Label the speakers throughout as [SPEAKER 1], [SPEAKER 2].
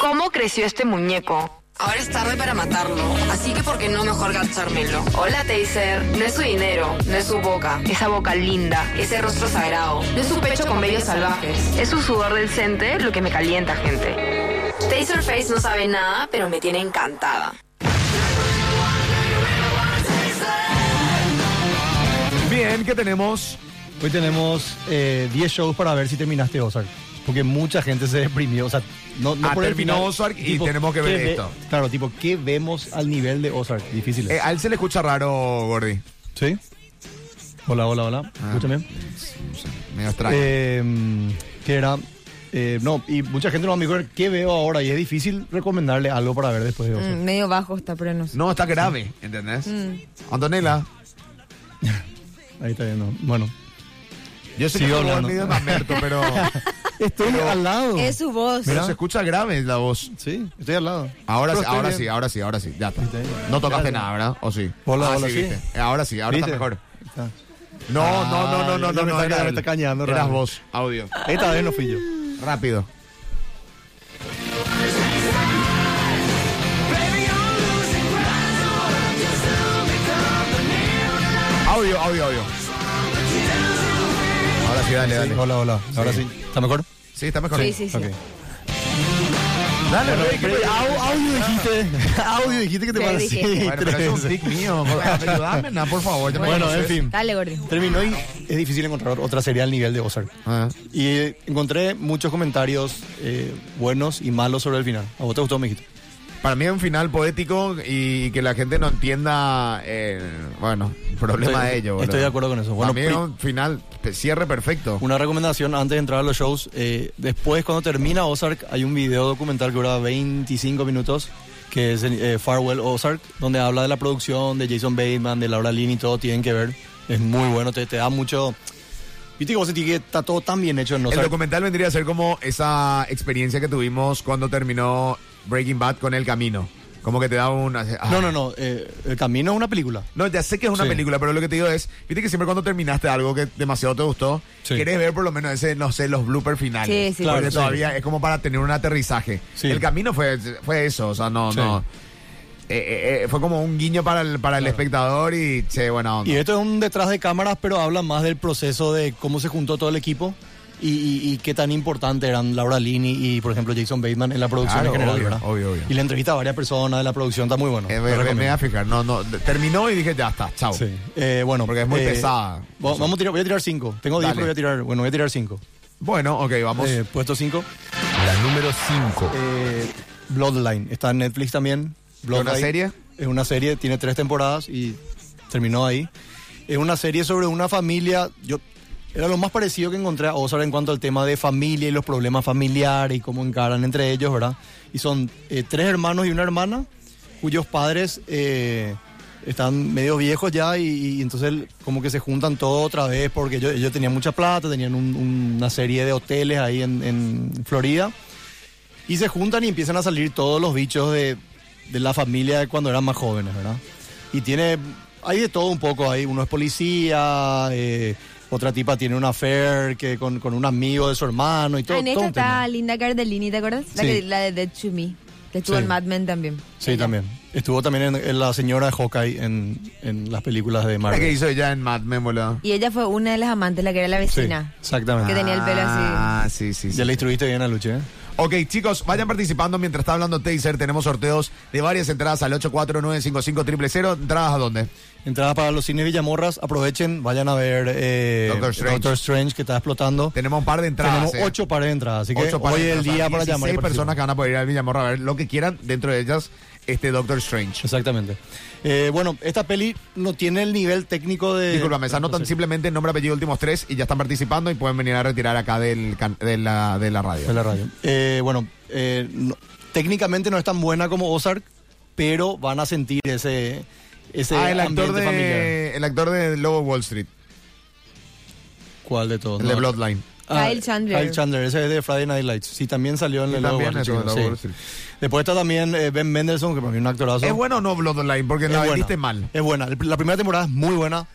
[SPEAKER 1] ¿Cómo creció este muñeco?
[SPEAKER 2] Ahora es tarde para matarlo, así que ¿por qué no mejor gachármelo?
[SPEAKER 1] Hola, Taser.
[SPEAKER 2] No es su dinero, no es su boca,
[SPEAKER 1] Esa boca linda.
[SPEAKER 2] ese rostro sagrado,
[SPEAKER 1] Es su pecho con vellos salvajes. Es su sudor del cente lo que me calienta, gente.
[SPEAKER 2] Taserface no sabe nada, pero me tiene encantada.
[SPEAKER 3] Bien, ¿qué tenemos?
[SPEAKER 4] Hoy tenemos eh, 10 shows para ver si terminaste Ozark. Porque mucha gente se deprimió. O sea, no, no
[SPEAKER 3] Ah,
[SPEAKER 4] por el
[SPEAKER 3] terminó
[SPEAKER 4] final.
[SPEAKER 3] Ozark y tenemos que
[SPEAKER 4] ¿qué
[SPEAKER 3] ver
[SPEAKER 4] ve-
[SPEAKER 3] esto.
[SPEAKER 4] Claro, tipo, ¿qué vemos al nivel de Ozark? Difícil.
[SPEAKER 3] Eh, a él se le escucha raro, Gordi.
[SPEAKER 4] ¿Sí? Hola, hola, hola.
[SPEAKER 3] Ah.
[SPEAKER 4] Escúchame.
[SPEAKER 3] Medio extraño.
[SPEAKER 4] Eh, que era. eh, no, y mucha gente no me dijo, ¿qué veo ahora? Y es difícil recomendarle algo para ver después de Ozark.
[SPEAKER 5] Mm, medio bajo está, pero no sé.
[SPEAKER 3] no, está grave, ¿entendés? Antonella,
[SPEAKER 4] Ahí está viendo. Bueno.
[SPEAKER 3] yo sé
[SPEAKER 4] Sigo
[SPEAKER 3] que no
[SPEAKER 4] hablando.
[SPEAKER 3] Gordi es mamerto, pero,
[SPEAKER 4] Estoy al lado.
[SPEAKER 5] Es su voz.
[SPEAKER 3] pero se escucha grave la voz.
[SPEAKER 4] Sí, estoy al lado.
[SPEAKER 3] Ahora,
[SPEAKER 4] Pero
[SPEAKER 3] sí,
[SPEAKER 4] estoy
[SPEAKER 3] ahora
[SPEAKER 4] bien.
[SPEAKER 3] sí, ahora sí, ahora sí, ya está.
[SPEAKER 4] ¿Viste?
[SPEAKER 3] No tocaste
[SPEAKER 4] Gracias.
[SPEAKER 3] nada, ¿verdad? ¿O sí?
[SPEAKER 4] Hola,
[SPEAKER 3] Ah,
[SPEAKER 4] hola, sí.
[SPEAKER 3] viste. Eh, Ahora sí, ahora
[SPEAKER 4] ¿Viste? Ah,
[SPEAKER 3] está mejor.
[SPEAKER 4] Está.
[SPEAKER 3] No,
[SPEAKER 4] Ah,
[SPEAKER 3] no, no, no, no,
[SPEAKER 4] ya
[SPEAKER 3] no,
[SPEAKER 4] me
[SPEAKER 3] no,
[SPEAKER 4] está-
[SPEAKER 3] era
[SPEAKER 4] ya me
[SPEAKER 3] él.
[SPEAKER 4] está cañando,
[SPEAKER 3] Eras
[SPEAKER 4] raro.
[SPEAKER 3] vos, audio.
[SPEAKER 4] Esta vez no fui yo.
[SPEAKER 3] Rápido. Audio, audio, audio. Ahora sí, dale,
[SPEAKER 4] Sí,
[SPEAKER 3] dale.
[SPEAKER 4] hola, hola. Ahora
[SPEAKER 3] Sí.
[SPEAKER 4] sí. ¿Está mejor?
[SPEAKER 3] Sí, está mejor.
[SPEAKER 5] Sí, sí, sí.
[SPEAKER 4] Ok.
[SPEAKER 3] Dale, Rey, que-
[SPEAKER 4] Pero au- audio dijiste, audio dijiste que te
[SPEAKER 5] Te
[SPEAKER 4] parecía.
[SPEAKER 5] dije.
[SPEAKER 3] Bueno, pero eso es un tic mío. Ayúdame, na, por favor. ya me
[SPEAKER 4] Bueno, en
[SPEAKER 3] conoces.
[SPEAKER 4] fin.
[SPEAKER 5] Dale, Gordi.
[SPEAKER 4] Terminó y es difícil encontrar otra serie al nivel de Ozark.
[SPEAKER 3] Ah,
[SPEAKER 4] Y eh, encontré muchos comentarios eh, buenos y malos sobre el final. ¿A vos te gustó, mijito?
[SPEAKER 3] Para mí es un final poético y que la gente no entienda, eh, bueno, problema
[SPEAKER 4] Estoy-
[SPEAKER 3] de ello.
[SPEAKER 4] estoy de acuerdo con eso.
[SPEAKER 3] Bueno,
[SPEAKER 4] Bueno,
[SPEAKER 3] Para mí es
[SPEAKER 4] pri-
[SPEAKER 3] un final, pe- cierre perfecto.
[SPEAKER 4] Una recomendación antes de entrar a los shows. eh, después, cuando termina Ozark, hay un video documental que dura 25 minutos, que es eh, Farewell Ozark, donde habla de la producción, de Jason Bateman, de Laura Linney, todo tienen que ver. Es muy bueno, te, te da mucho... Viste que vos sentís que está todo tan bien hecho en
[SPEAKER 3] El
[SPEAKER 4] Ozark.
[SPEAKER 3] documental vendría a ser como esa experiencia que tuvimos cuando terminó Breaking Bad con El Camino. Como que te da un... ah,
[SPEAKER 4] No, no, no. eh, el camino es una película.
[SPEAKER 3] No, ya sé que es una
[SPEAKER 4] Sí.
[SPEAKER 3] película, pero lo que te digo es, viste que siempre cuando terminaste algo que demasiado te gustó,
[SPEAKER 4] Sí.
[SPEAKER 3] quieres ver por lo menos ese, no sé, los bloopers finales.
[SPEAKER 5] Sí, sí,
[SPEAKER 3] Porque
[SPEAKER 4] Claro, sí.
[SPEAKER 3] todavía es como para tener un aterrizaje.
[SPEAKER 4] Sí.
[SPEAKER 3] El camino fue, fue eso, o sea, no,
[SPEAKER 4] Sí.
[SPEAKER 3] no. Eh, eh, eh, fue como un guiño para el, para el espectador y che, buena onda. Eh,
[SPEAKER 4] Y esto es un detrás de cámaras, pero habla más del proceso de cómo se juntó todo el equipo y, y- y qué tan importante eran Laura Linney y, por ejemplo, Jason Bateman en la producción
[SPEAKER 3] Claro,
[SPEAKER 4] en general,
[SPEAKER 3] obvio,
[SPEAKER 4] ¿verdad?
[SPEAKER 3] obvio, obvio.
[SPEAKER 4] Y la entrevista a varias personas de la producción está muy bueno.
[SPEAKER 3] Eh,
[SPEAKER 4] lo
[SPEAKER 3] me, me- me voy
[SPEAKER 4] recomiendo.
[SPEAKER 3] a fijar, no, no. Terminó y dije, ya está, chao.
[SPEAKER 4] Sí. Eh, bueno,
[SPEAKER 3] Porque es muy
[SPEAKER 4] eh,
[SPEAKER 3] pesada.
[SPEAKER 4] va- Vamos a tirar, voy a tirar cinco. Tengo diez,
[SPEAKER 3] Dale.
[SPEAKER 4] pero voy a tirar. Bueno, voy a tirar cinco.
[SPEAKER 3] Bueno, ok, vamos.
[SPEAKER 4] Eh, puesto cinco.
[SPEAKER 6] La número 5.
[SPEAKER 4] eh, Bloodline. Está en Netflix también. Bloodline.
[SPEAKER 3] una serie?
[SPEAKER 4] Es una serie, tiene tres temporadas y terminó ahí. Es una serie sobre una familia. Yo era lo más parecido que encontré a Ozark en cuanto al tema de familia y los problemas familiares y cómo encaran entre ellos, ¿verdad? Y son eh, tres hermanos y una hermana cuyos padres eh, están medio viejos ya y, y entonces el- como que se juntan todo otra vez porque ellos, ellos tenían mucha plata, tenían un- una serie de hoteles ahí en- en Florida. Y se juntan y empiezan a salir todos los bichos de, de la familia de cuando eran más jóvenes, ¿verdad? Y tiene. Hay de todo un poco ahí. Uno es policía, eh, otra tipa tiene una affair que con, con un amigo de su hermano y todo.
[SPEAKER 5] Ah, en
[SPEAKER 4] todo
[SPEAKER 5] esta
[SPEAKER 4] un tema.
[SPEAKER 5] está Linda Cardellini, ¿te acuerdas? La,
[SPEAKER 4] Sí.
[SPEAKER 5] que, la de Dead to Me. Que estuvo
[SPEAKER 4] Sí.
[SPEAKER 5] en Mad Men también.
[SPEAKER 4] Sí,
[SPEAKER 5] Ella.
[SPEAKER 4] también. Estuvo también en, en la señora de Hawkeye en, en las películas de
[SPEAKER 3] ¿Qué
[SPEAKER 4] Marvel.
[SPEAKER 3] hizo ella en Mad Men, boludo?
[SPEAKER 5] Y ella fue una de las amantes, la que era la
[SPEAKER 4] Sí,
[SPEAKER 5] vecina.
[SPEAKER 4] exactamente.
[SPEAKER 5] Que tenía el pelo así.
[SPEAKER 3] Ah, sí, sí, sí.
[SPEAKER 4] Ya le instruiste bien a Luche, ¿eh?
[SPEAKER 3] Ok, chicos, vayan participando mientras está hablando Taser. Tenemos sorteos de varias entradas al 849-5500. ¿Entradas a dónde?
[SPEAKER 4] Entradas para los cines Villamorras, aprovechen, vayan a ver eh,
[SPEAKER 3] Doctor Strange.
[SPEAKER 4] Strange, que está explotando.
[SPEAKER 3] Tenemos un par de entradas.
[SPEAKER 4] Tenemos
[SPEAKER 3] eh.
[SPEAKER 4] ocho pares de entradas, así que
[SPEAKER 3] Ocho par
[SPEAKER 4] hoy
[SPEAKER 3] de
[SPEAKER 4] es el
[SPEAKER 3] entradas.
[SPEAKER 4] día para
[SPEAKER 3] 16
[SPEAKER 4] llamar. y participar.
[SPEAKER 3] personas que van a poder ir al Villamorra a ver lo que quieran. Dentro de ellas, este Doctor Strange.
[SPEAKER 4] Exactamente. Eh, bueno, esta peli no tiene el nivel técnico de.
[SPEAKER 3] Disculpame, se anotan simplemente nombre, apellido, últimos tres y ya están participando y pueden venir a retirar acá del can- de, la, de la radio.
[SPEAKER 4] De la radio. Eh, bueno, eh, no- técnicamente no es tan buena como Ozark, pero van a sentir ese. ese
[SPEAKER 3] ah, el actor,
[SPEAKER 4] ambiente familiar.
[SPEAKER 3] de, el actor de Lobo Wall Street,
[SPEAKER 4] ¿Cuál de todos?
[SPEAKER 3] el de
[SPEAKER 4] No. ah,
[SPEAKER 3] Bloodline.
[SPEAKER 5] Kyle Chandler.
[SPEAKER 4] Kyle Chandler, ese es de Friday Night Lights. Sí, también salió en
[SPEAKER 3] Sí,
[SPEAKER 4] el
[SPEAKER 3] también
[SPEAKER 4] Lobo,
[SPEAKER 3] es de
[SPEAKER 4] chicos,
[SPEAKER 3] Lobo, sí.
[SPEAKER 4] Después está también eh, Ben Mendelssohn, que para mí es un actorazo.
[SPEAKER 3] ¿Es bueno o no Bloodline? Porque
[SPEAKER 4] Es
[SPEAKER 3] la
[SPEAKER 4] buena.
[SPEAKER 3] vendiste mal.
[SPEAKER 4] Es buena. El- La primera temporada es muy buena.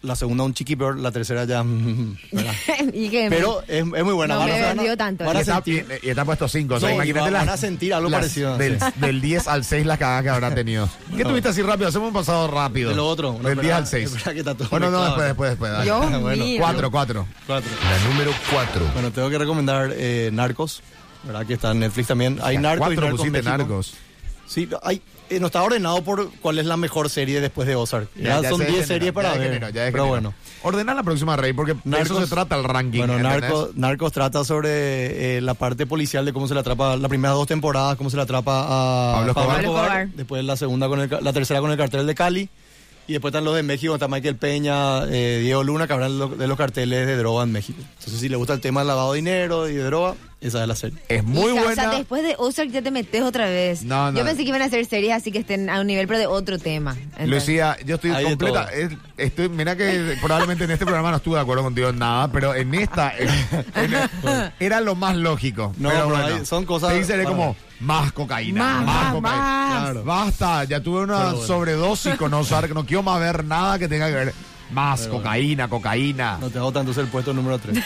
[SPEAKER 4] la segunda un chiqui peor, la tercera ya... mm, ¿verdad?
[SPEAKER 5] y que
[SPEAKER 4] Pero es, es muy buena.
[SPEAKER 5] No
[SPEAKER 4] van a-
[SPEAKER 5] me
[SPEAKER 4] van a-
[SPEAKER 5] vendió tanto,
[SPEAKER 4] van
[SPEAKER 3] Y
[SPEAKER 4] a
[SPEAKER 5] ¿eh?
[SPEAKER 3] está,
[SPEAKER 4] sentir-
[SPEAKER 3] y- y está puesto 5. o sea,
[SPEAKER 4] No,
[SPEAKER 3] imagínate
[SPEAKER 4] van-
[SPEAKER 3] las-
[SPEAKER 4] van a sentir algo
[SPEAKER 3] las-
[SPEAKER 4] parecido,
[SPEAKER 3] Del,
[SPEAKER 4] sí.
[SPEAKER 3] del 10 al 6 las cagadas que habrán tenido. ¿Qué
[SPEAKER 4] No.
[SPEAKER 3] tuviste así rápido? Hacemos un pasado rápido.
[SPEAKER 4] De lo otro, una
[SPEAKER 3] Del 10 al
[SPEAKER 4] verdad-
[SPEAKER 3] 6.
[SPEAKER 4] es verdad que está todo
[SPEAKER 3] Bueno, no, después,
[SPEAKER 4] mezclado.
[SPEAKER 3] después, después. dale.
[SPEAKER 5] Dios
[SPEAKER 4] bueno,
[SPEAKER 5] mío.
[SPEAKER 3] Cuatro, cuatro.
[SPEAKER 4] Cuatro.
[SPEAKER 6] La número 4.
[SPEAKER 4] Bueno, tengo que recomendar eh, Narcos, ¿verdad? Que está en Netflix también. Hay
[SPEAKER 3] Las
[SPEAKER 4] Narcos y
[SPEAKER 3] cuatro
[SPEAKER 4] Narcos
[SPEAKER 3] pusiste
[SPEAKER 4] México.
[SPEAKER 3] narcos.
[SPEAKER 4] Sí, hay, eh, no está ordenado por cuál es la mejor serie después de Ozark.
[SPEAKER 3] Ya,
[SPEAKER 4] Ya
[SPEAKER 3] ya
[SPEAKER 4] son
[SPEAKER 3] se
[SPEAKER 4] 10
[SPEAKER 3] degeneró,
[SPEAKER 4] series
[SPEAKER 3] ya
[SPEAKER 4] para ver.
[SPEAKER 3] degeneró, ya
[SPEAKER 4] pero
[SPEAKER 3] degeneró.
[SPEAKER 4] bueno.
[SPEAKER 3] Ordena la próxima, Rey, porque de eso se trata el ranking.
[SPEAKER 4] Bueno,
[SPEAKER 3] ¿entendés?
[SPEAKER 4] Narcos, Narcos trata sobre eh, la parte policial de cómo se le atrapa las primeras dos temporadas, cómo se le atrapa a
[SPEAKER 3] Pablo Escobar.
[SPEAKER 5] Pablo Escobar.
[SPEAKER 4] Después la segunda con el ca- la tercera con el cartel de Cali. Y después están los de México, está Michael Peña, eh, Diego Luna, que hablan lo- de los carteles de droga en México. Entonces, si le gusta el tema del lavado de dinero y de droga, esa es la serie.
[SPEAKER 3] Es
[SPEAKER 5] Y
[SPEAKER 3] muy
[SPEAKER 5] ca- O
[SPEAKER 3] buena.
[SPEAKER 5] sea, después de Ozark ya te metes otra vez.
[SPEAKER 3] No, no.
[SPEAKER 5] Yo pensé que iban a hacer series así que estén a un nivel, pero de otro tema. Entonces-
[SPEAKER 3] Lucía, yo estoy
[SPEAKER 4] Hay de
[SPEAKER 3] completa.
[SPEAKER 4] todo.
[SPEAKER 3] es- estoy, mira que probablemente en este programa no estuve de acuerdo contigo en nada, pero en esta en- en- era lo más lógico.
[SPEAKER 4] No,
[SPEAKER 3] pero
[SPEAKER 4] pero
[SPEAKER 3] bueno,
[SPEAKER 4] hay- son cosas-
[SPEAKER 3] Te dice
[SPEAKER 4] bueno.
[SPEAKER 3] como más cocaína, más,
[SPEAKER 5] Más, más,
[SPEAKER 3] cocaína.
[SPEAKER 5] más.
[SPEAKER 4] Claro.
[SPEAKER 3] Basta, ya tuve una
[SPEAKER 4] Pero bueno.
[SPEAKER 3] sobredosis con Ozark, no quiero más ver nada que tenga que ver. Más cocaína, cocaína.
[SPEAKER 4] No te hago tanto es el puesto número 3.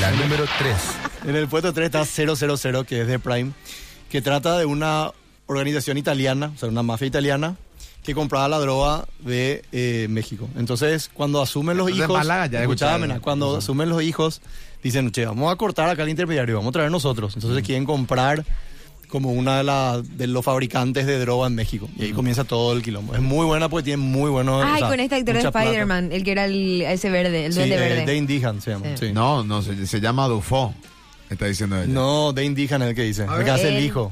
[SPEAKER 6] La número 3.
[SPEAKER 4] En el puesto 3 está 000, que es de Prime, que trata de una organización italiana, o sea, una mafia italiana, que compraba la droga de eh, México. Entonces, cuando asumen los
[SPEAKER 3] Entonces,
[SPEAKER 4] hijos...
[SPEAKER 3] Málaga ya
[SPEAKER 4] Escuchame,
[SPEAKER 3] escuchaba.
[SPEAKER 4] na, cuando asumen los hijos, dicen, che, vamos a cortar acá el intermediario, vamos a traer nosotros. Entonces quieren comprar como una de, las de los fabricantes de droga en México. Y ahí comienza todo el quilombo. Es muy buena porque tiene muy buenos...
[SPEAKER 5] Ay,
[SPEAKER 4] o sea,
[SPEAKER 5] con este actor de
[SPEAKER 4] mucha plata.
[SPEAKER 5] Spider-Man, el que era el, ese verde, el
[SPEAKER 4] Sí,
[SPEAKER 5] duende
[SPEAKER 4] eh,
[SPEAKER 5] verde.
[SPEAKER 4] Dane Dehan se llama.
[SPEAKER 5] Sí.
[SPEAKER 4] sí.
[SPEAKER 3] No, no, se, se llama Dufo. Está diciendo ella.
[SPEAKER 4] No, Dane Dehan es el que dice. El que hace el
[SPEAKER 5] Él.
[SPEAKER 4] hijo.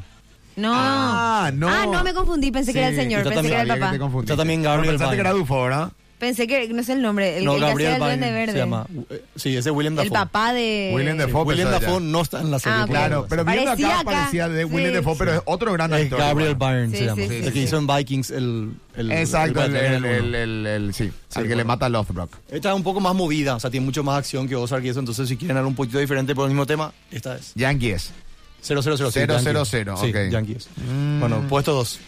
[SPEAKER 5] No.
[SPEAKER 3] Ah, no.
[SPEAKER 5] Ah, no, me confundí, pensé que era el
[SPEAKER 4] Sí,
[SPEAKER 5] señor,
[SPEAKER 4] yo
[SPEAKER 5] pensé
[SPEAKER 4] también
[SPEAKER 5] que era el
[SPEAKER 3] Sabía que
[SPEAKER 5] papá.
[SPEAKER 3] te confundiste.
[SPEAKER 4] Está también Gabriel
[SPEAKER 3] No, pensaste que
[SPEAKER 4] Byrne.
[SPEAKER 3] era Dufo, ¿verdad?
[SPEAKER 5] Pensé que, no sé el nombre, el,
[SPEAKER 4] no,
[SPEAKER 5] el que hacía
[SPEAKER 4] Gabriel
[SPEAKER 5] el duende
[SPEAKER 4] Byrne
[SPEAKER 5] verde.
[SPEAKER 4] se llama. Eh, Sí, ese es William Dafoe.
[SPEAKER 5] El papá de...
[SPEAKER 3] William Dafoe.
[SPEAKER 4] William
[SPEAKER 3] pensaba ya.
[SPEAKER 4] Dafoe no está en la serie.
[SPEAKER 5] Ah,
[SPEAKER 4] por
[SPEAKER 3] Claro,
[SPEAKER 4] ejemplo.
[SPEAKER 3] pero viendo
[SPEAKER 5] Parecía
[SPEAKER 3] acá,
[SPEAKER 5] acá.
[SPEAKER 3] parecía de Willem
[SPEAKER 5] Sí.
[SPEAKER 3] Dafoe, pero es otro gran
[SPEAKER 4] Es
[SPEAKER 3] actor.
[SPEAKER 4] Gabriel
[SPEAKER 3] Bueno.
[SPEAKER 4] Byrne
[SPEAKER 5] Sí,
[SPEAKER 4] se llama.
[SPEAKER 5] sí,
[SPEAKER 4] el
[SPEAKER 5] sí,
[SPEAKER 4] que
[SPEAKER 5] sí.
[SPEAKER 4] hizo en Vikings el. el
[SPEAKER 3] Exacto, el,
[SPEAKER 4] el
[SPEAKER 3] el,
[SPEAKER 4] Batman,
[SPEAKER 3] el-
[SPEAKER 4] uno.
[SPEAKER 3] el- el- sí, al que
[SPEAKER 4] bueno.
[SPEAKER 3] le mata a Lothbrok.
[SPEAKER 4] Esta es un poco más movida, o sea, tiene mucho más acción que Ozark y eso. Entonces, si quieren algo un poquito diferente por el mismo tema, esta es.
[SPEAKER 3] Yankees.
[SPEAKER 4] 000. 000, sí,
[SPEAKER 3] 000,
[SPEAKER 4] Yankees. Sí,
[SPEAKER 3] ok. Mm.
[SPEAKER 4] Yankees. Bueno, puesto 2.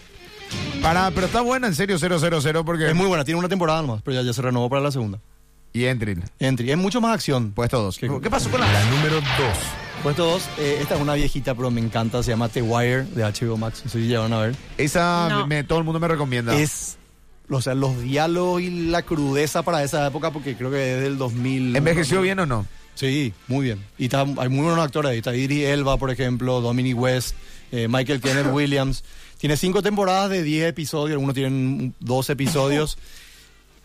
[SPEAKER 3] Para, pero está buena, en serio, 000 porque...
[SPEAKER 4] Es muy buena, tiene una temporada nomás, pero ya, ya se renovó para la segunda.
[SPEAKER 3] Y Entrin,
[SPEAKER 4] Entry. Es mucho más acción.
[SPEAKER 3] puesto dos.
[SPEAKER 4] ¿Qué-
[SPEAKER 3] ¿Qué pasó con la...
[SPEAKER 6] La número 2.
[SPEAKER 4] Puesto 2, esta es una viejita, pero me encanta. Se llama The Wire de HBO Max. No sé si ya van a ver.
[SPEAKER 3] Esa
[SPEAKER 5] No.
[SPEAKER 3] me- todo el mundo me recomienda.
[SPEAKER 4] Es. O sea, los diálogos y la crudeza para esa época, porque creo que es del 2000.
[SPEAKER 3] ¿Envejeció bien o no?
[SPEAKER 4] Sí, muy bien. Y está- hay muy buenos actores ahí. Está Idris Elba, por ejemplo, Dominic West, eh, Michael Kenneth Williams. Tiene cinco temporadas de 10 episodios, algunos tienen 12 episodios.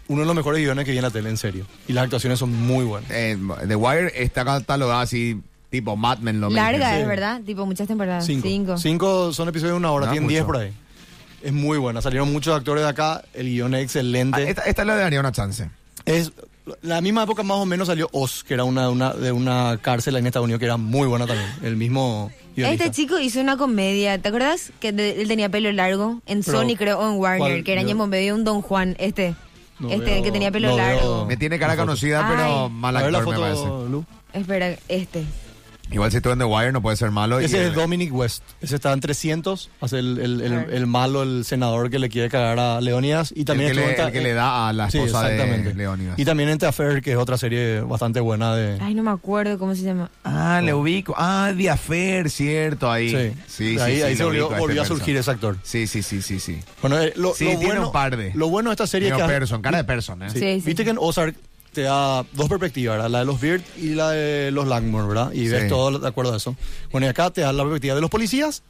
[SPEAKER 4] Uno de los mejores guiones que vi en la tele, en serio. Y las actuaciones son muy buenas.
[SPEAKER 3] Eh, The Wire está catalogada así, tipo Mad Men. Lo
[SPEAKER 5] Larga, ¿eh?
[SPEAKER 3] mismo.
[SPEAKER 5] es verdad, tipo muchas temporadas.
[SPEAKER 4] Cinco.
[SPEAKER 5] Ah, Cinco.
[SPEAKER 4] son episodios de una hora,
[SPEAKER 3] No,
[SPEAKER 4] tienen
[SPEAKER 3] mucho.
[SPEAKER 4] 10 por ahí. Es muy buena. Salieron muchos actores de acá, el guion es
[SPEAKER 3] Ah,
[SPEAKER 4] excelente.
[SPEAKER 3] esta, esta le daría una chance.
[SPEAKER 4] Es la misma época más o menos salió Oz, que era una, una- de una cárcel en Estados Unidos que era muy buena también. El mismo guionista.
[SPEAKER 5] Este chico hizo una comedia, ¿te acuerdas? Que de- él tenía pelo largo en
[SPEAKER 4] Pero,
[SPEAKER 5] Sony, creo, o en Warner,
[SPEAKER 4] ¿cuál?
[SPEAKER 5] que era
[SPEAKER 4] Yo-
[SPEAKER 5] en Bombedio un Don Juan, este.
[SPEAKER 4] No
[SPEAKER 5] este, el que
[SPEAKER 4] veo-
[SPEAKER 5] tenía pelo
[SPEAKER 4] no
[SPEAKER 5] largo.
[SPEAKER 4] veo-
[SPEAKER 3] Me tiene cara
[SPEAKER 4] La foto.
[SPEAKER 3] conocida, pero
[SPEAKER 5] Ay.
[SPEAKER 3] mal
[SPEAKER 4] A ver la
[SPEAKER 3] actor me parece.
[SPEAKER 4] foto, Lu.
[SPEAKER 5] Espera, este.
[SPEAKER 3] Igual si estuvo en The Wire no puede ser malo. y
[SPEAKER 4] Ese
[SPEAKER 3] el-
[SPEAKER 4] es Dominic West. Ese está en 300. Hace el, el- el-
[SPEAKER 5] A ver.
[SPEAKER 4] el malo, el senador que le quiere cagar a Leonidas. Y también
[SPEAKER 3] El que le-
[SPEAKER 4] estuvo en ta-
[SPEAKER 3] el que le da a la esposa de
[SPEAKER 4] exactamente.
[SPEAKER 3] Leónidas.
[SPEAKER 4] Y también en The Affair, que es otra serie bastante buena de.
[SPEAKER 5] Ay, no me acuerdo cómo se llama.
[SPEAKER 3] Ah,
[SPEAKER 4] Oh.
[SPEAKER 3] le ubico. Ah, Diafer, cierto, ahí. Sí, sí, sí.
[SPEAKER 4] ahí ahí
[SPEAKER 3] le
[SPEAKER 4] se volvió,
[SPEAKER 3] ubico este
[SPEAKER 4] volvió a
[SPEAKER 3] person.
[SPEAKER 4] surgir ese actor.
[SPEAKER 3] Sí, sí, sí, sí, sí.
[SPEAKER 4] Bueno, eh, lo,
[SPEAKER 3] Sí,
[SPEAKER 4] lo
[SPEAKER 3] tiene
[SPEAKER 4] bueno,
[SPEAKER 3] un par de.
[SPEAKER 4] Lo bueno de esta serie es que.
[SPEAKER 3] Medio person, cara de person, ¿eh?
[SPEAKER 4] Sí.
[SPEAKER 5] Sí, sí,
[SPEAKER 4] Viste
[SPEAKER 5] sí.
[SPEAKER 4] que en Ozark te da dos perspectivas, ¿verdad? La de los Beard y la de los Langmore, ¿verdad? Y
[SPEAKER 3] Sí.
[SPEAKER 4] ves todo de acuerdo a eso. Bueno, y acá te da la perspectiva de los policías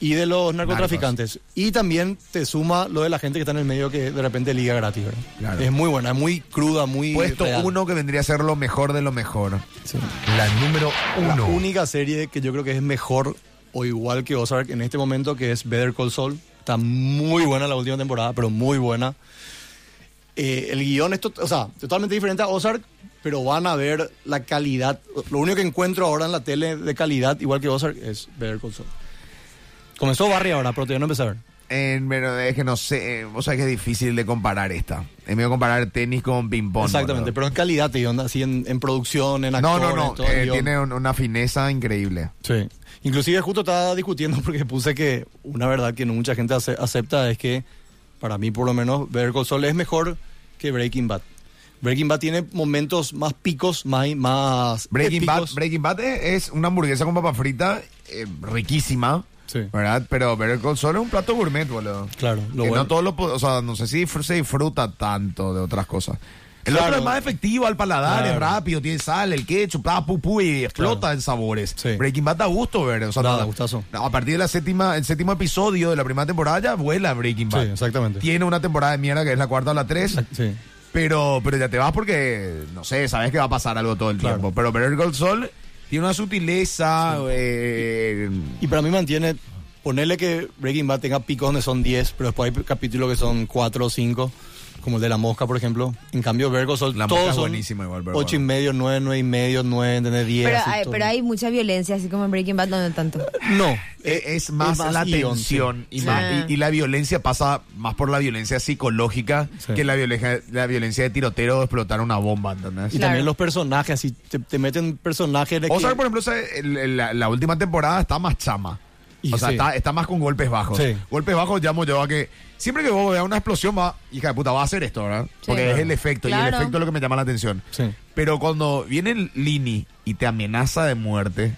[SPEAKER 4] y de los narcotraficantes. Y también te suma lo de la gente que está en el medio que de repente liga gratis, ¿verdad?
[SPEAKER 3] Claro.
[SPEAKER 4] Es muy buena, es muy cruda, muy
[SPEAKER 3] Puesto
[SPEAKER 4] real.
[SPEAKER 3] uno que vendría a ser lo mejor de lo mejor.
[SPEAKER 4] Sí.
[SPEAKER 6] La número
[SPEAKER 4] La
[SPEAKER 6] 1.
[SPEAKER 4] única serie que yo creo que es mejor o igual que Ozark en este momento, que es Better Call Saul. Está muy buena la última temporada, pero muy buena. Eh, el guión es, tot- o sea, totalmente diferente a Ozark, pero van a ver la calidad. Lo único que encuentro ahora en la tele de calidad, igual que Ozark, es Better Call Saul. Comenzó Barry ahora, pero todavía no empecé a ver.
[SPEAKER 3] En, pero es que no sé, eh, vos sabés que es difícil de comparar esta. Es medio comparar tenis con ping-pong.
[SPEAKER 4] Exactamente,
[SPEAKER 3] boludo.
[SPEAKER 4] pero en calidad, te digo, así en, en producción, en
[SPEAKER 3] No,
[SPEAKER 4] actores,
[SPEAKER 3] no, no.
[SPEAKER 4] todo el
[SPEAKER 3] eh,
[SPEAKER 4] guión.
[SPEAKER 3] tiene un- una fineza increíble.
[SPEAKER 4] Sí. Inclusive justo estaba discutiendo porque puse que una verdad que no mucha gente ace- acepta es que para mí por lo menos Better Call Saul es mejor que Breaking Bad. Breaking Bad tiene momentos más picos, más, más
[SPEAKER 3] Breaking Bad,
[SPEAKER 4] épicos.
[SPEAKER 3] Breaking Bad es es una hamburguesa con papa frita eh, riquísima.
[SPEAKER 4] Sí.
[SPEAKER 3] ¿Verdad? Pero Better Call Saul es un plato gourmet, boludo.
[SPEAKER 4] Claro,
[SPEAKER 3] Que
[SPEAKER 4] lo bueno.
[SPEAKER 3] No todo lo, po- o sea, no sé si fr- se disfruta tanto de otras cosas. El
[SPEAKER 4] Claro.
[SPEAKER 3] otro es más efectivo al paladar, es
[SPEAKER 4] Claro.
[SPEAKER 3] rápido, tiene sal, el ketchup, pa, pu, pu, y explota
[SPEAKER 4] Claro.
[SPEAKER 3] en sabores.
[SPEAKER 4] Sí.
[SPEAKER 3] Breaking Bad da gusto, ver. O sea,
[SPEAKER 4] Da,
[SPEAKER 3] no-
[SPEAKER 4] da gustazo.
[SPEAKER 3] no, A partir del séptima, el séptimo episodio de la primera temporada ya vuela Breaking Bad.
[SPEAKER 4] Sí, exactamente.
[SPEAKER 3] Tiene una temporada de mierda que es la cuarta o la tres.
[SPEAKER 4] Sí.
[SPEAKER 3] Pero, pero ya te vas porque, no sé, sabes que va a pasar algo todo el
[SPEAKER 4] Claro.
[SPEAKER 3] tiempo. Pero Better Call Saul tiene una sutileza. eh,
[SPEAKER 4] Y para mí mantiene, ponerle que Breaking Bad tenga picos donde son 10, pero después hay capítulos que son 4 o 5, como el de La Mosca, por ejemplo. En cambio, Vergo son
[SPEAKER 3] La Mosca
[SPEAKER 4] todos
[SPEAKER 3] es
[SPEAKER 4] son
[SPEAKER 3] buenísimo igual, pero
[SPEAKER 4] 8 y
[SPEAKER 3] bueno.
[SPEAKER 4] medio, 9, 9 y medio, 9, 10.
[SPEAKER 5] Pero,
[SPEAKER 4] así
[SPEAKER 5] hay,
[SPEAKER 4] todo.
[SPEAKER 5] pero hay mucha violencia, así como en Breaking Bad, no, no tanto.
[SPEAKER 4] No,
[SPEAKER 3] eh, es más la
[SPEAKER 4] guión,
[SPEAKER 3] tensión y,
[SPEAKER 5] Sí.
[SPEAKER 3] más- y- y la violencia pasa más por la violencia psicológica
[SPEAKER 4] Sí.
[SPEAKER 3] que la violencia, la violencia de tiroteo o explotar una bomba,
[SPEAKER 4] sí. Y
[SPEAKER 3] ¿entendés?
[SPEAKER 5] Claro.
[SPEAKER 4] también los personajes, así te, te meten personajes de
[SPEAKER 3] Ozark,
[SPEAKER 4] que-
[SPEAKER 3] por ejemplo, se- el- el- la, la última temporada está más chama.
[SPEAKER 4] Y
[SPEAKER 3] o sea,
[SPEAKER 4] sí.
[SPEAKER 3] está, está más con golpes bajos.
[SPEAKER 4] Sí.
[SPEAKER 3] Golpes bajos llamo yo a que siempre que vos veas una explosión va, hija de puta, va a hacer esto, ¿verdad? Porque es el efecto y el
[SPEAKER 5] Claro.
[SPEAKER 3] efecto es lo que me llama la atención.
[SPEAKER 4] Sí.
[SPEAKER 3] Pero cuando viene Lini y te amenaza de muerte,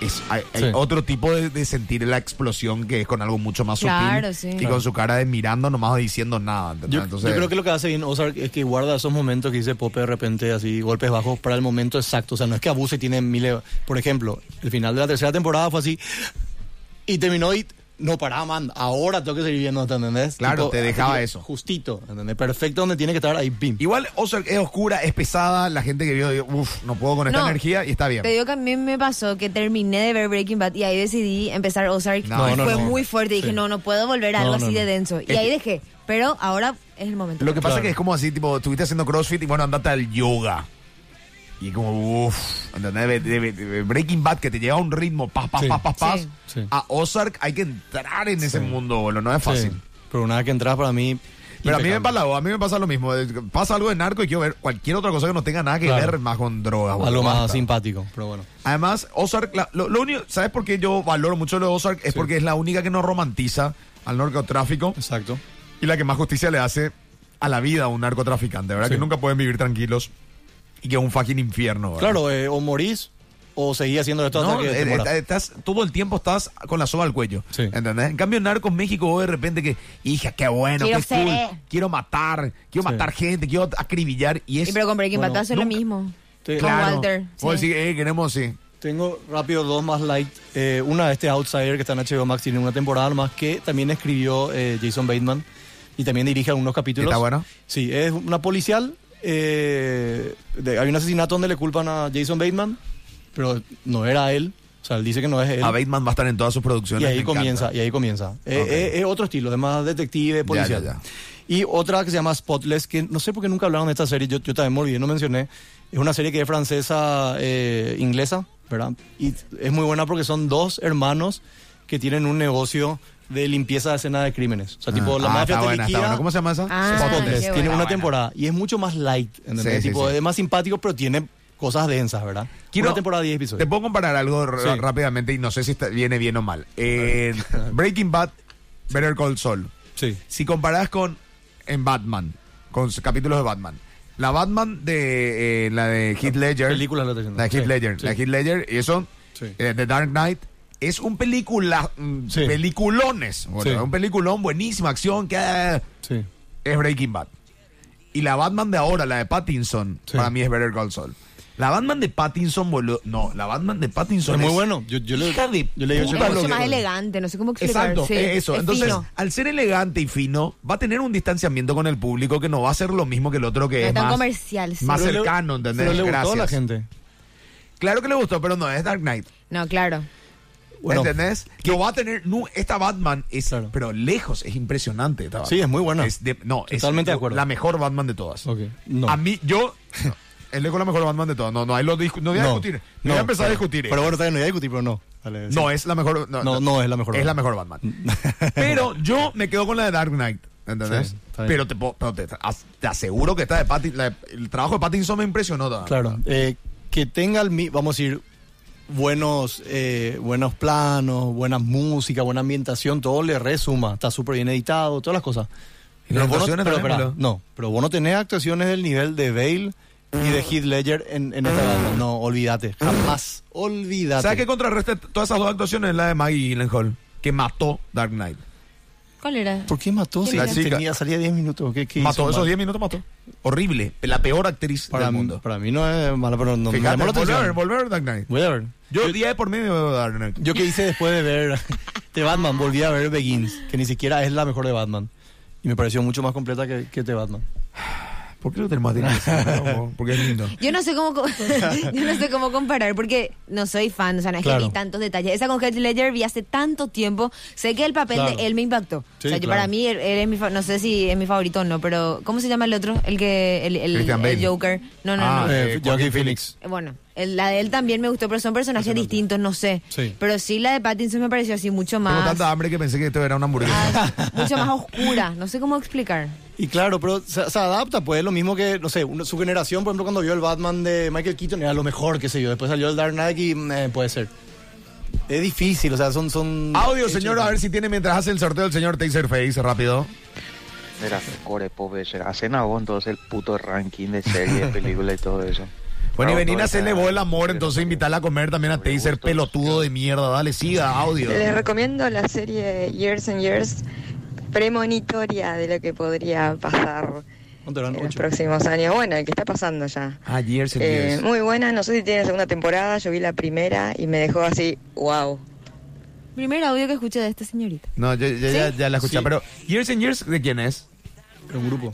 [SPEAKER 3] es, hay, hay
[SPEAKER 4] Sí.
[SPEAKER 3] otro tipo de, de sentir la explosión que es con algo mucho más
[SPEAKER 5] Claro,
[SPEAKER 3] sutil
[SPEAKER 5] sí.
[SPEAKER 3] y
[SPEAKER 4] Claro.
[SPEAKER 3] con su cara de mirando nomás o diciendo nada. ¿entendés?
[SPEAKER 4] Yo,
[SPEAKER 3] Entonces,
[SPEAKER 4] yo creo que lo que hace bien Ozark es que guarda esos momentos que dice Pope de repente, así, golpes bajos para el momento exacto. O sea, no es que abuse y tiene miles. Por ejemplo, el final de la tercera temporada fue así y terminó y no pará, man. Ahora tengo que seguir viendo, ¿te ¿entendés?
[SPEAKER 3] Claro, te dejaba
[SPEAKER 4] así,
[SPEAKER 3] eso.
[SPEAKER 4] Justito, ¿entendés? Perfecto donde tiene que estar ahí, bim.
[SPEAKER 3] Igual Ozark es oscura, es pesada, la gente que vio, uff, no puedo con esta
[SPEAKER 5] No,
[SPEAKER 3] energía y está bien.
[SPEAKER 5] Te digo que a mí me pasó que terminé de ver Breaking Bad y ahí decidí empezar Ozark.
[SPEAKER 3] No,
[SPEAKER 5] y
[SPEAKER 3] no,
[SPEAKER 5] fue
[SPEAKER 3] no.
[SPEAKER 5] muy fuerte. Dije,
[SPEAKER 4] Sí.
[SPEAKER 5] no, no puedo volver a
[SPEAKER 4] No,
[SPEAKER 5] algo
[SPEAKER 4] no,
[SPEAKER 5] así de
[SPEAKER 4] no.
[SPEAKER 5] denso. Y
[SPEAKER 3] Es
[SPEAKER 5] ahí
[SPEAKER 3] que-
[SPEAKER 5] dejé. Pero ahora es el momento.
[SPEAKER 3] Lo que pasa
[SPEAKER 4] Claro.
[SPEAKER 3] que es como así, tipo, estuviste haciendo CrossFit y bueno, andate al yoga. Y como, uff, Breaking Bad que te lleva a un ritmo, pas, pas,
[SPEAKER 4] Sí.
[SPEAKER 3] pas, pas, pas.
[SPEAKER 5] Sí.
[SPEAKER 4] Sí.
[SPEAKER 3] A Ozark hay que entrar en ese mundo, boludo, no es fácil.
[SPEAKER 4] Sí. Pero una vez que entras, para mí.
[SPEAKER 3] Pero a mí me
[SPEAKER 4] impecable.
[SPEAKER 3] pasa, a mí me pasa lo mismo. eh, Pasa algo de narco y quiero ver cualquier otra cosa que no tenga nada que
[SPEAKER 4] Claro.
[SPEAKER 3] ver más con drogas. boludo,
[SPEAKER 4] Algo más
[SPEAKER 3] Ah, basta.
[SPEAKER 4] simpático, pero bueno.
[SPEAKER 3] Además, Ozark, la- lo, lo único, ¿sabes por qué yo valoro mucho lo de Ozark? Es
[SPEAKER 4] Sí.
[SPEAKER 3] porque es la única que no romantiza al narcotráfico
[SPEAKER 4] Exacto.
[SPEAKER 3] y la que más justicia le hace a la vida a un narcotraficante, ¿verdad?
[SPEAKER 4] Sí.
[SPEAKER 3] Que nunca pueden vivir tranquilos y que es un fucking infierno, ¿verdad?
[SPEAKER 4] Claro, eh, o morís o seguís haciendo esto hasta
[SPEAKER 3] No,
[SPEAKER 4] que. te
[SPEAKER 3] eh,
[SPEAKER 4] morás.
[SPEAKER 3] eh, estás, todo el tiempo estás con la soga al cuello.
[SPEAKER 4] Sí.
[SPEAKER 3] ¿Entendés? En cambio, en Narcos México, vos de repente que, hija, qué bueno,
[SPEAKER 5] Quiero
[SPEAKER 3] qué
[SPEAKER 5] ser,
[SPEAKER 3] cool,
[SPEAKER 5] eh.
[SPEAKER 3] quiero matar, quiero
[SPEAKER 4] Sí.
[SPEAKER 3] matar gente, quiero acribillar. Y es.
[SPEAKER 5] Y pero con Breaking Bad
[SPEAKER 4] Bueno,
[SPEAKER 5] hace lo
[SPEAKER 3] nunca-
[SPEAKER 5] mismo.
[SPEAKER 4] Te-
[SPEAKER 5] Claro.
[SPEAKER 3] Claro.
[SPEAKER 5] Walter,
[SPEAKER 3] Vos
[SPEAKER 5] sí.
[SPEAKER 3] decís, eh, queremos, sí.
[SPEAKER 4] Tengo rápido dos más light. Eh, una, este Outsider que está en HBO Max, tiene una temporada más que también escribió eh, Jason Bateman y también dirige algunos capítulos.
[SPEAKER 3] ¿Está bueno?
[SPEAKER 4] Sí, es una policial. eh, de- hay un asesinato donde le culpan a Jason Bateman, pero no era él. O sea, él dice que no es él.
[SPEAKER 3] A Bateman va a estar en todas sus producciones.
[SPEAKER 4] Y
[SPEAKER 3] me
[SPEAKER 4] ahí
[SPEAKER 3] encanta.
[SPEAKER 4] comienza, y ahí comienza. Eh,
[SPEAKER 3] Ok.
[SPEAKER 4] eh, es otro estilo, es más detective, policial.
[SPEAKER 3] ya, ya.
[SPEAKER 4] Y otra que se llama Spotless, que no sé por qué nunca hablaron de esta serie, yo, yo también me olvidé, no mencioné. Es una serie que es francesa, eh, inglesa, ¿verdad? Y es muy buena porque son dos hermanos que tienen un negocio de limpieza de escena de crímenes. O sea, tipo, la
[SPEAKER 3] Ah,
[SPEAKER 4] mafia
[SPEAKER 3] está
[SPEAKER 4] te
[SPEAKER 3] buena, está
[SPEAKER 4] liquida-
[SPEAKER 3] buena. ¿Cómo se llama esa?
[SPEAKER 5] Ah,
[SPEAKER 4] Spotless.
[SPEAKER 5] qué
[SPEAKER 4] Tiene
[SPEAKER 5] buena.
[SPEAKER 4] una temporada y es mucho más light, ¿entendés?
[SPEAKER 3] Sí, sí,
[SPEAKER 4] tipo,
[SPEAKER 3] sí.
[SPEAKER 4] Es más simpático, pero tiene cosas densas, ¿verdad?
[SPEAKER 3] Quiero-
[SPEAKER 4] una temporada de 10 episodios.
[SPEAKER 3] Te puedo comparar algo r-
[SPEAKER 4] Sí.
[SPEAKER 3] rápidamente y no sé si está- viene bien o mal. Eh, Breaking Bad, Better Call Saul.
[SPEAKER 4] Sí.
[SPEAKER 3] Si comparás con en Batman, con s- capítulos de Batman. La Batman de eh, la de Heath Ledger.
[SPEAKER 4] película la estoy diciendo.
[SPEAKER 3] La de Heath
[SPEAKER 4] Sí,
[SPEAKER 3] Ledger.
[SPEAKER 4] sí.
[SPEAKER 3] La de Heath Ledger. Y eso,
[SPEAKER 4] Sí.
[SPEAKER 3] eh, The Dark Knight. Es un película, mm,
[SPEAKER 4] Sí.
[SPEAKER 3] peliculones. boludo.
[SPEAKER 4] Sí.
[SPEAKER 3] Un peliculón, buenísima acción. Que, ah,
[SPEAKER 4] Sí.
[SPEAKER 3] es Breaking Bad. Y la Batman de ahora, la de Pattinson,
[SPEAKER 4] Sí.
[SPEAKER 3] para mí es Better Call Saul. La Batman de Pattinson, boludo. No, la Batman de Pattinson
[SPEAKER 4] Es muy bueno. Yo- yo le-
[SPEAKER 3] hija de
[SPEAKER 4] yo le digo,
[SPEAKER 5] Es
[SPEAKER 4] yo
[SPEAKER 3] puta
[SPEAKER 4] también.
[SPEAKER 3] lo
[SPEAKER 5] mucho
[SPEAKER 3] que-
[SPEAKER 5] más elegante, no sé cómo explicar.
[SPEAKER 3] Exacto,
[SPEAKER 5] sí,
[SPEAKER 3] es eso.
[SPEAKER 5] es
[SPEAKER 3] Entonces,
[SPEAKER 5] fino.
[SPEAKER 3] al ser elegante y fino, va a tener un distanciamiento con el público que no va a ser lo mismo que el otro que
[SPEAKER 5] No
[SPEAKER 3] es
[SPEAKER 5] es tan
[SPEAKER 3] más,
[SPEAKER 5] comercial, sí.
[SPEAKER 3] más
[SPEAKER 4] Pero le-
[SPEAKER 3] cercano, ¿entendés?
[SPEAKER 4] Pero le gustó a
[SPEAKER 3] Gracias.
[SPEAKER 4] la gente.
[SPEAKER 3] Claro que le gustó, pero no, es Dark Knight.
[SPEAKER 5] No, claro.
[SPEAKER 4] Bueno,
[SPEAKER 3] ¿Entendés? No va a tener. nu- esta Batman es.
[SPEAKER 4] Claro.
[SPEAKER 3] Pero lejos, es impresionante. esta
[SPEAKER 4] Sí,
[SPEAKER 3] Batman.
[SPEAKER 4] es muy buena.
[SPEAKER 3] Es de- no, es
[SPEAKER 4] Totalmente de acuerdo.
[SPEAKER 3] La mejor Batman de todas.
[SPEAKER 4] Ok, no.
[SPEAKER 3] A mí, yo. no, Él es con la mejor Batman de todas. No, no, ahí lo discu- no voy a discutir. No, voy a empezar a
[SPEAKER 4] pero-
[SPEAKER 3] discutir.
[SPEAKER 4] Pero bueno, también no voy a discutir, pero no. Dale, sí.
[SPEAKER 3] no, eh. es la mejor. No,
[SPEAKER 4] No, no es la mejor
[SPEAKER 3] Es la
[SPEAKER 4] Batman.
[SPEAKER 3] mejor Batman. pero yo me quedo con la de Dark Knight. ¿Entendés?
[SPEAKER 4] Sí, está bien.
[SPEAKER 3] pero te, po- pero te, as- te aseguro que esta de Patti- la de- el trabajo de Pattinson me impresionó. toda.
[SPEAKER 4] Claro. eh, que tenga, el mi- vamos a decir, buenos, eh, buenos planos, buena música, buena ambientación, todo le resuma. Está súper bien editado, todas las cosas.
[SPEAKER 3] ¿Y las
[SPEAKER 4] vos no-
[SPEAKER 3] actuaciones,
[SPEAKER 4] pero,
[SPEAKER 3] por
[SPEAKER 4] espera,
[SPEAKER 3] ejemplo?
[SPEAKER 4] no, pero vos no tenés actuaciones del nivel de Bale y de Heath Ledger en, en esta banda. No, olvídate. Jamás. Olvídate.
[SPEAKER 3] ¿Sabes qué contrarresta todas esas dos actuaciones? La de Maggie Gyllenhaal, que mató Dark Knight.
[SPEAKER 5] ¿Cuál era?
[SPEAKER 4] ¿Por qué mató? Si
[SPEAKER 3] La chica.
[SPEAKER 4] tenía salía 10 minutos. ¿Qué, qué hizo
[SPEAKER 3] Mató, esos
[SPEAKER 4] mal?
[SPEAKER 3] 10 minutos mató. Horrible, la peor actriz
[SPEAKER 4] para,
[SPEAKER 3] del
[SPEAKER 4] mí-
[SPEAKER 3] mundo.
[SPEAKER 4] para mí no es mala, pero no
[SPEAKER 3] Fíjate,
[SPEAKER 4] me llamó la atención.
[SPEAKER 3] volver, volver Dark Knight.
[SPEAKER 4] Voy a ver.
[SPEAKER 3] Yo día de por medio veo Dark Knight.
[SPEAKER 4] Yo que hice después de ver The Batman, volví a ver Begins, que ni siquiera es la mejor de Batman. Y me pareció mucho más completa que, que The Batman.
[SPEAKER 3] ¿Por qué lo tenemos a tener? Porque es lindo.
[SPEAKER 5] Yo no sé cómo co- yo no sé cómo comparar porque no soy fan, o sea, no es que
[SPEAKER 4] Claro.
[SPEAKER 5] vi tantos detalles. Esa con Heath Ledger vi hace tanto tiempo, sé que el papel
[SPEAKER 4] Claro.
[SPEAKER 5] de él me impactó.
[SPEAKER 4] Sí,
[SPEAKER 5] o sea, yo
[SPEAKER 4] claro.
[SPEAKER 5] para mí él, él es mi fa- no sé si es mi favorito o no, pero ¿cómo se llama el otro? El que el, el-
[SPEAKER 3] Christian Bale.
[SPEAKER 5] el Joker. No, no,
[SPEAKER 3] Ah,
[SPEAKER 5] no.
[SPEAKER 3] eh,
[SPEAKER 4] Eh, Joaquin
[SPEAKER 3] Joaquin
[SPEAKER 4] Phoenix.
[SPEAKER 5] Eh, Bueno, el- la de él también me gustó, pero son personajes distintos, no sé.
[SPEAKER 4] Sí.
[SPEAKER 5] Pero sí la de Pattinson me pareció así mucho
[SPEAKER 3] Tengo
[SPEAKER 5] más
[SPEAKER 3] tanta hambre que pensé que esto era una hamburguesa.
[SPEAKER 5] más- mucho más oscura, no sé cómo explicar.
[SPEAKER 4] Y claro, pero se, se adapta, pues lo mismo que, no sé, uno- su generación, por ejemplo, cuando vio el Batman de Michael Keaton era lo mejor, qué sé yo. Después salió el Dark Knight y mm, eh, puede ser. Es difícil, o sea, son... son
[SPEAKER 3] Audio,
[SPEAKER 4] hechos-
[SPEAKER 3] señor, a ver si tiene mientras hace el sorteo el señor Taserface, rápido.
[SPEAKER 7] Mira, core, pobre, hacen a vos entonces el puto ranking de series, películas y todo eso.
[SPEAKER 3] Bueno, y
[SPEAKER 7] Bravo,
[SPEAKER 3] venir a
[SPEAKER 7] todo
[SPEAKER 3] hacerle
[SPEAKER 7] está-
[SPEAKER 3] vos el amor, entonces invitarla a comer también a Taser, pelotudo de mierda. Dale, siga, audio.
[SPEAKER 8] Les recomiendo la serie Years and Years, premonitoria de lo que podría pasar
[SPEAKER 4] ¿Cuánto eran?
[SPEAKER 8] en los
[SPEAKER 4] Ocho.
[SPEAKER 8] próximos años. Bueno, el que está pasando ya.
[SPEAKER 3] Ah, Years and
[SPEAKER 8] Eh,
[SPEAKER 3] Years.
[SPEAKER 8] muy buena, no sé si tiene segunda temporada, yo vi la primera y me dejó así, wow.
[SPEAKER 5] Primer audio que escuché de esta señorita.
[SPEAKER 3] No, yo, yo ya, ya la escuché,
[SPEAKER 4] Sí.
[SPEAKER 3] pero Years and Years, ¿de quién es?
[SPEAKER 4] Era un grupo.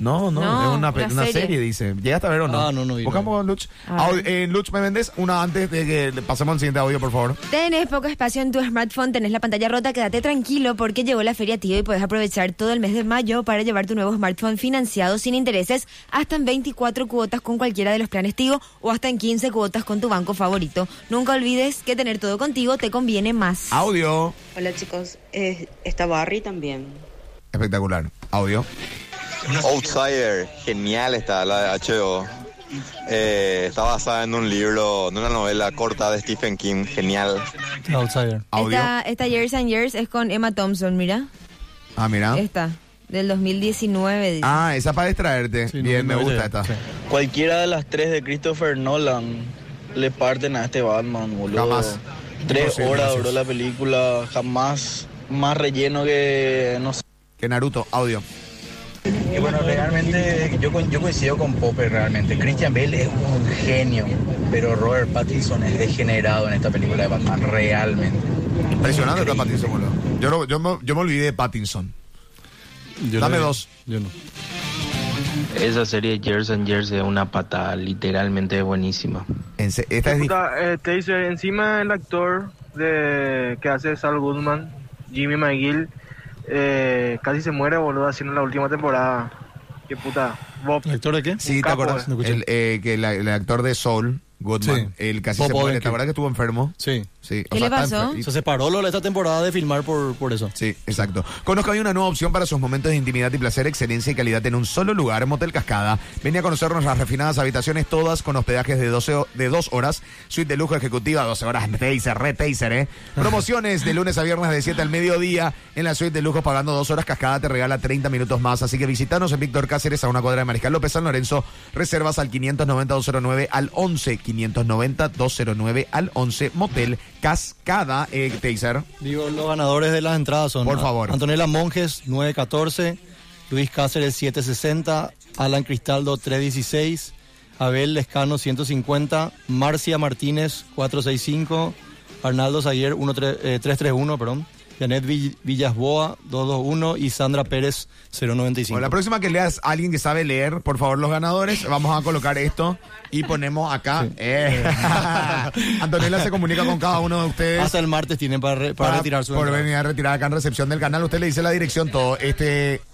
[SPEAKER 3] No, no,
[SPEAKER 5] No,
[SPEAKER 3] es una, pe-
[SPEAKER 5] una
[SPEAKER 3] una serie.
[SPEAKER 5] serie.
[SPEAKER 3] dice. ¿Llegaste a ver o no?
[SPEAKER 4] Ah, no, no vi, no
[SPEAKER 3] Buscamos, Luch.
[SPEAKER 5] Ah.
[SPEAKER 3] Au- eh, Luch, ¿me vendes una antes de que le pasemos al siguiente audio, por favor?
[SPEAKER 5] Tenés poco espacio en tu smartphone, tenés la pantalla rota, quédate tranquilo porque llegó la feria tío y podés aprovechar todo el mes de mayo para llevar tu nuevo smartphone financiado sin intereses hasta en 24 cuotas con cualquiera de los planes tío o hasta en 15 cuotas con tu banco favorito. Nunca olvides que tener todo contigo te conviene más.
[SPEAKER 3] Audio.
[SPEAKER 9] Hola chicos, Eh, está Barry también.
[SPEAKER 3] Espectacular. Audio.
[SPEAKER 10] Outsider, genial está la de HBO. Eh, está basada en un libro, en una novela corta de Stephen King, genial.
[SPEAKER 4] Outsider.
[SPEAKER 3] Audio.
[SPEAKER 5] Esta, esta Years and Years es con Emma Thompson, mira.
[SPEAKER 3] Ah, mira.
[SPEAKER 5] Esta, del 2019. dice.
[SPEAKER 3] Ah, esa para distraerte.
[SPEAKER 4] Sí, no,
[SPEAKER 3] Bien, me
[SPEAKER 4] no, no,
[SPEAKER 3] gusta
[SPEAKER 4] ya,
[SPEAKER 3] esta.
[SPEAKER 4] sí.
[SPEAKER 10] Cualquiera de las tres de Christopher Nolan le parten a este Batman, boludo.
[SPEAKER 3] Jamás.
[SPEAKER 10] Tres
[SPEAKER 3] Imposible,
[SPEAKER 10] horas
[SPEAKER 3] gracias.
[SPEAKER 10] duró la película, jamás más relleno que no sé.
[SPEAKER 3] Que Naruto, audio.
[SPEAKER 7] Y bueno, realmente yo, con- yo coincido con Popper realmente. Christian Bale es un genio, pero Robert Pattinson es degenerado en esta película de Batman, realmente.
[SPEAKER 3] Impresionante está Pattinson, boludo. Yo, no- yo, me, yo me olvidé de Pattinson.
[SPEAKER 4] Yo
[SPEAKER 3] Dame
[SPEAKER 4] no vi.
[SPEAKER 3] dos.
[SPEAKER 4] Yo no.
[SPEAKER 10] Esa serie Years and Years es una patada, literalmente buenísima.
[SPEAKER 3] En se- esta es. di-
[SPEAKER 10] eh, encima el actor de que hace Sal Goodman, Jimmy McGill, eh, casi se muere, boludo, haciendo la última temporada. Qué puta. Bob.
[SPEAKER 4] ¿El actor de qué?
[SPEAKER 3] Sí, ¿te
[SPEAKER 10] capo,
[SPEAKER 3] acordás?
[SPEAKER 4] eh. No escuché.
[SPEAKER 3] El, eh, que la- el actor de Soul, Goodman,
[SPEAKER 4] Sí.
[SPEAKER 3] el casi
[SPEAKER 4] Bob
[SPEAKER 3] se muere.
[SPEAKER 4] Odenkirk.
[SPEAKER 3] ¿Te acuerdas que estuvo enfermo?
[SPEAKER 4] Sí.
[SPEAKER 3] Sí. o sea,
[SPEAKER 5] ¿Qué le
[SPEAKER 3] está
[SPEAKER 5] pasó?
[SPEAKER 3] enfer- y-
[SPEAKER 4] Se separó lo de esta temporada de filmar por, por eso.
[SPEAKER 3] Sí, exacto. Conozca hoy una nueva opción para sus momentos de intimidad y placer, excelencia y calidad en un solo lugar, Motel Cascada. Ven a conocer nuestras refinadas habitaciones, todas con hospedajes de, 12, ho- de 2 horas, suite de lujo ejecutiva, 12 horas, taser, re taser, ¿eh? Promociones de lunes a viernes de 7 al mediodía. En la suite de lujo pagando 2 horas, Cascada te regala 30 minutos más. Así que visítanos en Víctor Cáceres a una cuadra de Mariscal López San Lorenzo. Reservas al 590-209 al 11, 590-209 al 11, Motel Cascada, eh, taser.
[SPEAKER 4] Digo, los ganadores de las entradas son
[SPEAKER 3] Por favor.
[SPEAKER 4] Antonella Monjes, 914, Luis Cáceres, 760, Alan Cristaldo, 316, Abel Lescano, 150, Marcia Martínez, 465, Arnaldo Sayer, 13, eh, 331, perdón, Janet Vill- Villasboa, 221 y Sandra Pérez, 095.
[SPEAKER 3] Bueno, la próxima que leas a alguien que sabe leer, por favor, los ganadores, vamos a colocar esto y ponemos acá. Eh. Antonella se comunica con cada uno de ustedes.
[SPEAKER 4] Hasta el martes tienen para, re- para retirar su
[SPEAKER 3] pues. Por
[SPEAKER 4] entrada.
[SPEAKER 3] venir a retirar acá en recepción del canal. Usted le dice la dirección, todo. Este